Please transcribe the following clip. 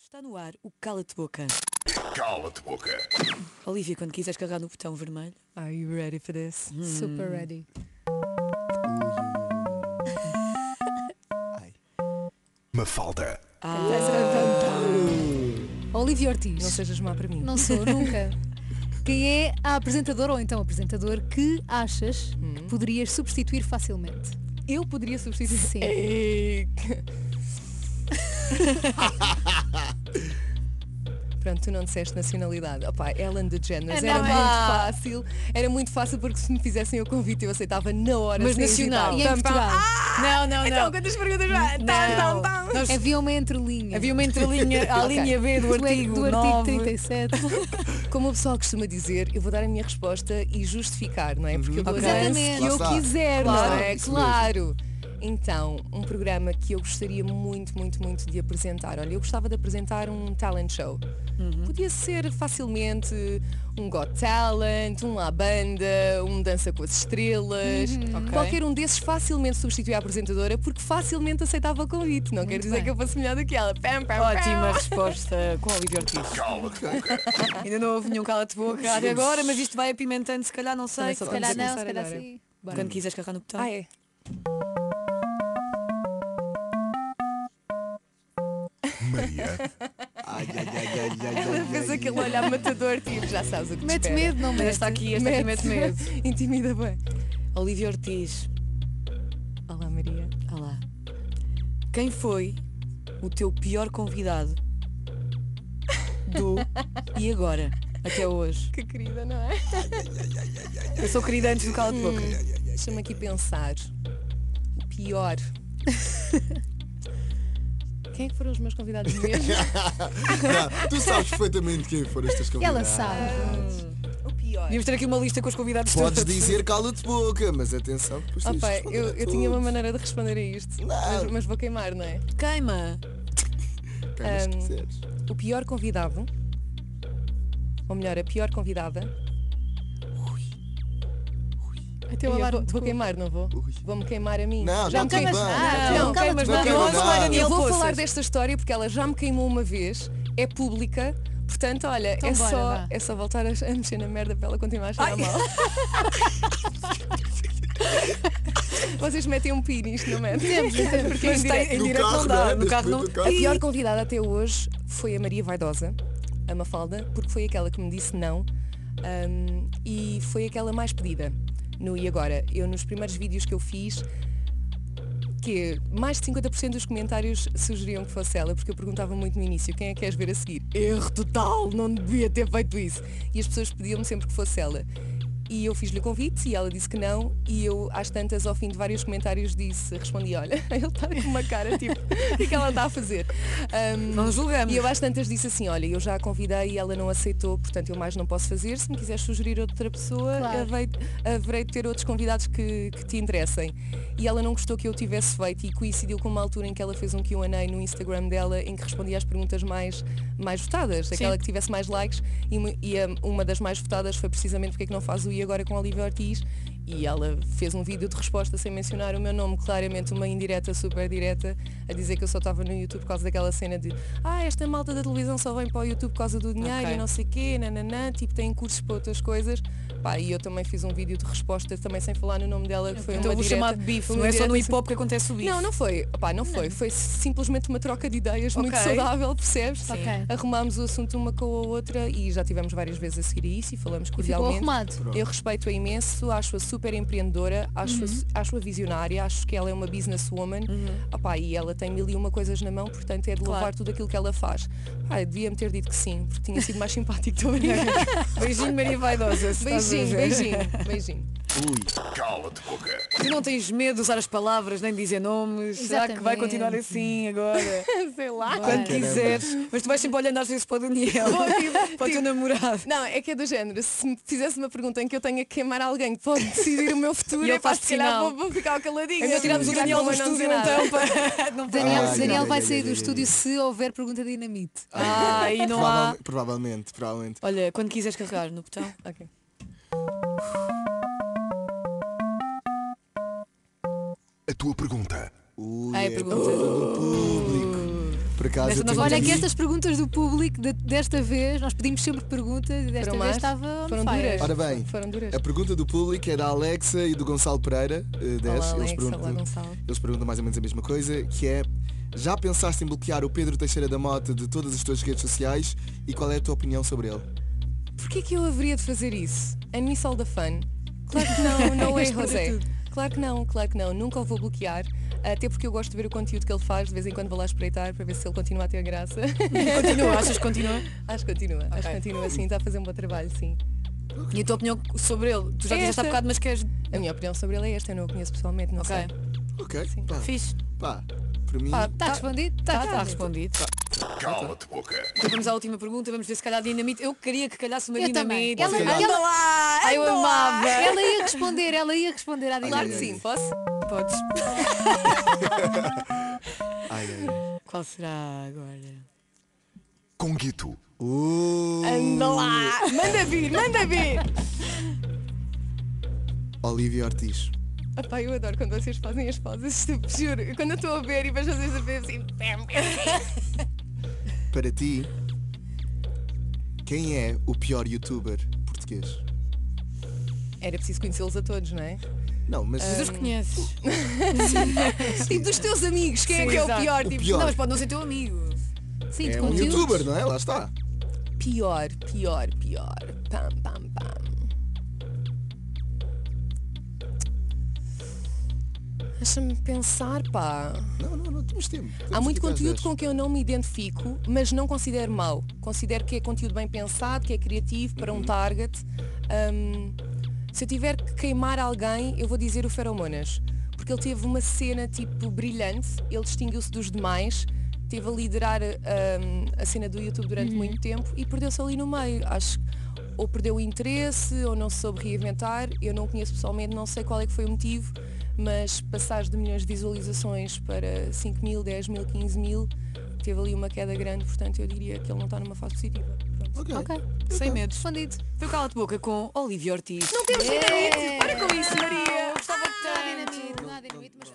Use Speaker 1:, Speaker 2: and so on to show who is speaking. Speaker 1: Está no ar o Cala-te Boca.
Speaker 2: Cala-te boca.
Speaker 1: Olivia, quando quiseres carregar no botão vermelho.
Speaker 3: Are you ready for this?
Speaker 1: Hum.
Speaker 4: Super ready.
Speaker 2: Mafalda.
Speaker 1: Ah.
Speaker 4: Tá, Olivia tá, Ortiz.
Speaker 3: Não sejas má para mim.
Speaker 4: Não sou nunca. Quem é a apresentadora ou então apresentador que achas que
Speaker 1: Hum.
Speaker 4: poderias substituir facilmente?
Speaker 3: Eu poderia substituir.
Speaker 4: Sim.
Speaker 1: É,
Speaker 3: Ei. Pronto, tu não disseste nacionalidade. Opa, Ellen DeGeneres
Speaker 4: É,
Speaker 3: era
Speaker 4: não é?
Speaker 3: muito fácil. Era muito fácil porque se me fizessem o convite eu aceitava na hora.
Speaker 1: Mas
Speaker 3: sem
Speaker 1: nacional. Ah!
Speaker 3: hesitar.
Speaker 4: E
Speaker 3: Pam,
Speaker 4: em
Speaker 3: pam.
Speaker 4: Portugal?
Speaker 1: não, não,
Speaker 3: Então, quantas perguntas já? Tam, tam, tam.
Speaker 1: Nós-
Speaker 4: Havia uma entrelinha.
Speaker 1: Havia uma entrelinha, a
Speaker 3: Ok.
Speaker 1: linha B do
Speaker 4: do artigo,
Speaker 1: artigo, é.
Speaker 4: do artigo
Speaker 1: 9.
Speaker 4: 37.
Speaker 3: Como o pessoal costuma dizer, eu vou dar a minha resposta e justificar, não é? Porque eu dou
Speaker 1: Ok.
Speaker 3: a chance que
Speaker 4: Exatamente.
Speaker 3: eu
Speaker 2: Lá está.
Speaker 3: quiser,
Speaker 2: Claro,
Speaker 3: não é?
Speaker 2: isso
Speaker 3: Claro. Então, um programa que eu gostaria muito, muito, muito de apresentar. Olha, eu gostava de apresentar um talent show. Podia ser facilmente um Got Talent, um La Banda, um Dança com as Estrelas.
Speaker 1: Ok.
Speaker 3: Qualquer um desses facilmente substituía a apresentadora porque facilmente aceitava o convite. Não quer dizer
Speaker 4: bem.
Speaker 3: que eu fosse melhor do que ela. Pam, pam, pam.
Speaker 1: Ótima resposta com a Olivia Ortiz.
Speaker 2: Cala-te boca.
Speaker 1: Ainda não houve nenhum cala-te boca até agora, mas isto vai apimentando, se calhar não sei.
Speaker 3: Também só
Speaker 4: Se calhar
Speaker 3: Vamos
Speaker 4: não,
Speaker 3: começar
Speaker 4: se calhar
Speaker 3: agora.
Speaker 4: sim.
Speaker 1: Quando quiseres carregar no botão.
Speaker 3: Ah, é?
Speaker 2: Maria.
Speaker 5: Ai, ai, ai, ai, ai, ai,
Speaker 3: Ela fez
Speaker 5: ai,
Speaker 3: aquele
Speaker 5: ai.
Speaker 3: olhar matador, tipo, já sabes o que te
Speaker 4: Mete
Speaker 3: espera.
Speaker 4: medo, não mete?
Speaker 1: Esta aqui, esta aqui mete medo.
Speaker 3: Intimida bem. é.
Speaker 1: Olivia Ortiz,
Speaker 3: Olá, Maria.
Speaker 1: olha lá. Quem foi o teu pior convidado do e agora? Até hoje.
Speaker 3: Que querida, não é?
Speaker 1: Eu sou querida antes do cala-te boca.
Speaker 3: Deixa-me aqui pensar. O pior. Quem é que foram os meus convidados mesmo?
Speaker 5: Tá, tu sabes perfeitamente quem foram estas
Speaker 4: Ela
Speaker 5: convidadas.
Speaker 4: sabe.
Speaker 3: o pior.
Speaker 1: Devíamos ter aqui uma lista com os convidados
Speaker 5: Podes
Speaker 1: todos.
Speaker 5: dizer cala-te boca, mas atenção, depois tens
Speaker 3: Opa,
Speaker 5: de responder
Speaker 3: eu,
Speaker 5: a
Speaker 3: eu tinha uma
Speaker 5: tudo.
Speaker 3: maneira de responder a isto, mas, mas vou queimar, não é?
Speaker 1: Queima.
Speaker 5: Queimas que
Speaker 3: Ahm,
Speaker 5: quiseres.
Speaker 3: O pior convidado, ou melhor, a pior convidada. Até
Speaker 4: o
Speaker 3: eu
Speaker 4: alarme
Speaker 3: vou, vou
Speaker 4: tocou.
Speaker 3: queimar, não vou?
Speaker 5: Ui.
Speaker 3: Vou-me queimar a mim.
Speaker 5: Não,
Speaker 3: já
Speaker 5: não
Speaker 3: me
Speaker 5: queimas
Speaker 3: queimei.
Speaker 5: nada.
Speaker 3: Não,
Speaker 1: Não
Speaker 4: queimas
Speaker 3: não,
Speaker 5: nada.
Speaker 3: eu vou
Speaker 5: Não.
Speaker 3: falar- Eu
Speaker 1: Daniel
Speaker 3: vou
Speaker 1: Poças.
Speaker 3: falar desta história porque ela já me queimou uma vez, é pública, portanto, olha,
Speaker 4: Então
Speaker 3: é,
Speaker 4: bora,
Speaker 3: só,
Speaker 4: vá.
Speaker 3: é só voltar a, a mexer na merda para ela continuar a achar mal. Vocês metem um pi nisto, não metem? Porque é
Speaker 1: Mas
Speaker 3: em
Speaker 1: tem-
Speaker 3: direto.
Speaker 1: em
Speaker 5: No
Speaker 1: direto não
Speaker 5: carro,
Speaker 1: dá.
Speaker 5: não é?
Speaker 1: No
Speaker 5: Neste
Speaker 1: carro não.
Speaker 5: momento, no
Speaker 3: A
Speaker 5: carro.
Speaker 1: Ih,
Speaker 3: pior convidada até hoje foi a Maria Vaidosa, a Mafalda, porque foi aquela que me disse não hum, e foi aquela mais pedida no E Agora. Eu nos primeiros vídeos que eu fiz, que mais de 50% dos comentários sugeriam que fosse ela, porque eu perguntava muito no início quem é que queres ver a seguir. Erro total, não devia ter feito isso. E as pessoas pediam-me sempre que fosse ela. E eu fiz-lhe o convite e ela disse que não e eu às tantas ao fim de vários comentários disse, respondi, olha, ele está com uma cara tipo, o que é que ela está a fazer? Ahm,
Speaker 1: Não julgamos.
Speaker 3: e eu às tantas disse assim, olha, eu já a convidei e ela não aceitou, portanto eu mais não posso fazer. Se me quiseres sugerir outra pessoa,
Speaker 4: Claro.
Speaker 3: haverei, haverei de ter outros convidados que, que te interessem. E ela não gostou que eu tivesse feito e coincidiu com uma altura em que ela fez um Q&A no Instagram dela em que respondia às perguntas mais, mais votadas, aquela que tivesse mais likes e, mu- e, hum, uma das mais votadas foi precisamente porque é que não faz o I agora com a Olivia Ortiz e ela fez um vídeo de resposta sem mencionar o meu nome, claramente uma indireta super direta, a dizer que eu só estava no YouTube por causa daquela cena de ah, esta malta da televisão só vem para o YouTube por causa do dinheiro
Speaker 1: Ok.
Speaker 3: e não sei quê, nananã, tipo, tem cursos para outras coisas. Pá, e eu também fiz um vídeo de resposta também sem falar no nome dela, que foi
Speaker 1: Então
Speaker 3: uma
Speaker 1: vou
Speaker 3: direta,
Speaker 1: chamar de bife.
Speaker 3: uma
Speaker 1: Não é só
Speaker 3: indireta
Speaker 1: no hip hop que acontece o bife.
Speaker 3: não, não foi. Opá, não foi. Foi simplesmente uma troca de ideias muito
Speaker 1: Ok.
Speaker 3: saudável, percebes?
Speaker 4: Sim. Ok.
Speaker 3: Arrumámos o assunto uma com a outra e já tivemos várias vezes a seguir a isso e falamos
Speaker 4: Ficou
Speaker 3: cordialmente.
Speaker 4: arrumado.
Speaker 3: Eu respeito-a imenso, acho-a super empreendedora, acho-a
Speaker 1: Uhum.
Speaker 3: acho-a visionária, acho que ela é uma businesswoman Opá, e ela tem mil e uma coisas na mão, portanto é de louvar tudo aquilo que ela faz. Pá, devia-me ter dito que sim, porque tinha sido mais simpático também.
Speaker 1: Beijinho Maria Vaidosa. se estás a
Speaker 3: beijinho,
Speaker 1: ver.
Speaker 3: beijinho, beijinho.
Speaker 2: Cala-te boca.
Speaker 1: Tu não tens medo de usar as palavras nem dizer nomes. Será que vai
Speaker 4: Exatamente.
Speaker 1: continuar assim agora?
Speaker 3: Sei lá.
Speaker 1: Quando
Speaker 5: caramba.
Speaker 1: quiseres. Mas tu vais sempre olhando às vezes para o Daniel. para o teu namorado.
Speaker 3: Não, é que é do género. Se me fizesse uma pergunta em que eu tenha que queimar alguém que pode decidir o meu futuro,
Speaker 1: E ele
Speaker 3: é pá,
Speaker 1: faz
Speaker 3: se calhar
Speaker 1: sinal.
Speaker 3: vou, vou ficar caladinha.
Speaker 1: Ainda tiramos o
Speaker 3: Ficar
Speaker 1: Daniel
Speaker 3: com
Speaker 1: do
Speaker 3: uma não
Speaker 1: estúdio
Speaker 3: dizer nada.
Speaker 1: então para. Não para.
Speaker 4: Daniel,
Speaker 5: Ai,
Speaker 4: Daniel
Speaker 5: ai,
Speaker 4: vai
Speaker 5: ai,
Speaker 4: sair
Speaker 5: ai,
Speaker 4: do
Speaker 5: ai,
Speaker 4: estúdio se houver pergunta dinamite.
Speaker 1: Ah, e não há.
Speaker 5: Provavel- Provavelmente, provavelmente.
Speaker 1: Olha, quando quiseres carregar no botão.
Speaker 3: Ok.
Speaker 2: A tua pergunta.
Speaker 5: Ui,
Speaker 1: Ah, é
Speaker 5: é
Speaker 1: pergunta.
Speaker 3: é
Speaker 5: todo o é público. Por para casa.
Speaker 1: Nesta nós
Speaker 5: temos
Speaker 4: Olha
Speaker 1: Sim.
Speaker 4: que
Speaker 5: isso.
Speaker 4: estas perguntas do público, de- desta vez, nós pedimos sempre perguntas e desta
Speaker 3: Foram
Speaker 4: vez
Speaker 3: más?
Speaker 4: estava on
Speaker 3: Foram
Speaker 4: fire.
Speaker 3: duras.
Speaker 5: Ora bem,
Speaker 3: Foram duras.
Speaker 5: a pergunta do público é da Alexa e do Gonçalo Pereira, eh, 10.
Speaker 3: Olá,
Speaker 5: eles,
Speaker 3: Alex,
Speaker 5: perguntam,
Speaker 3: olá, Gonçalo.
Speaker 5: eles perguntam mais ou menos a mesma coisa, que é já pensaste em bloquear o Pedro Teixeira da Mota de todas as tuas redes sociais e qual é a tua opinião sobre ele?
Speaker 3: Porquê que eu haveria de fazer isso? And miss all the fun. Claro que não, não é, José. Claro que não, claro que não. Nunca o vou bloquear. Até porque eu gosto de ver o conteúdo que ele faz. De vez em quando vou lá espreitar para ver se ele continua a ter graça.
Speaker 1: Continua, achas que continua?
Speaker 3: acho que continua. Acho
Speaker 1: Ok.
Speaker 3: que continua, sim. Está a fazer um bom trabalho, sim.
Speaker 1: E a tua opinião sobre ele? Tu já
Speaker 3: É
Speaker 1: disseste há
Speaker 3: esta.
Speaker 1: bocado, mas queres.
Speaker 3: A minha opinião sobre ele é esta. Eu não o conheço pessoalmente, não
Speaker 1: Ok.
Speaker 3: sei.
Speaker 5: Ok, pá,
Speaker 1: Fixe.
Speaker 5: pá, para mim,
Speaker 1: Pá,
Speaker 4: Está respondido? Está
Speaker 1: Está
Speaker 4: tá,
Speaker 1: respondido.
Speaker 2: Cala-te boca.
Speaker 1: Então vamos à última pergunta, vamos ver se calhar dinamite. Eu queria que calhasse uma
Speaker 4: Eu também.
Speaker 1: dinamite.
Speaker 4: Ela,
Speaker 5: calhar.
Speaker 4: ela-
Speaker 1: lá! Ai, eu amava!
Speaker 4: ela ia responder, ela ia responder à
Speaker 3: Claro
Speaker 4: dinâmica.
Speaker 3: que
Speaker 5: ai,
Speaker 3: sim.
Speaker 5: ai.
Speaker 3: Posso?
Speaker 1: Podes.
Speaker 5: ai, ai, ai.
Speaker 1: Qual será agora?
Speaker 2: Conguito.
Speaker 5: Uh,
Speaker 3: É
Speaker 1: Anda lá! Manda vir, manda vir!
Speaker 5: Olivia Ortiz.
Speaker 3: Epá, eu adoro quando vocês fazem as pausas, tipo, juro. Quando eu estou a ver e vejo vocês a ver assim.
Speaker 5: Para ti, quem é o pior youtuber português?
Speaker 3: Era preciso conhecê-los a todos, não é?
Speaker 5: Não, mas
Speaker 1: Mas tu os conheces.
Speaker 3: Tipo, dos teus amigos, quem é
Speaker 1: Sim,
Speaker 3: que é o
Speaker 1: exato.
Speaker 3: pior?
Speaker 5: O
Speaker 3: Tipo,
Speaker 5: pior.
Speaker 1: Não, mas pode não ser teu amigo.
Speaker 4: Sim, de
Speaker 5: é um
Speaker 4: conteúdos.
Speaker 5: youtuber, não é? Lá está.
Speaker 3: pior, pior, pior. Pam, pam, pam. Deixa-me pensar, pá.
Speaker 5: Não, não, não temos tempo.
Speaker 3: Há
Speaker 5: Temos
Speaker 3: muito
Speaker 5: tempo até às
Speaker 3: conteúdo
Speaker 5: 10.
Speaker 3: com que eu não me identifico, mas não considero mau. Considero que é conteúdo bem pensado, que é criativo para um target. Hum, se eu tiver que queimar alguém, eu vou dizer o Feromonas. Porque ele teve uma cena tipo brilhante, ele distinguiu-se dos demais, teve a liderar hum, a cena do YouTube durante muito tempo e perdeu-se ali no meio. Acho que ou perdeu o interesse ou não se soube reinventar. Eu não o conheço pessoalmente, não sei qual é que foi o motivo, mas passar de milhões de visualizações para 5 mil, 10 mil, 15 mil, teve ali uma queda grande, portanto eu diria que ele não está numa fase positiva. Pronto.
Speaker 5: Ok.
Speaker 4: Ok,
Speaker 1: Sem medos.
Speaker 4: respondido.
Speaker 1: Foi o Cala-te Boca com Olivia Ortiz. É.
Speaker 4: temos dinamite.
Speaker 1: Para com isso, Maria!
Speaker 4: Não há dinamite, não há dinamite, mas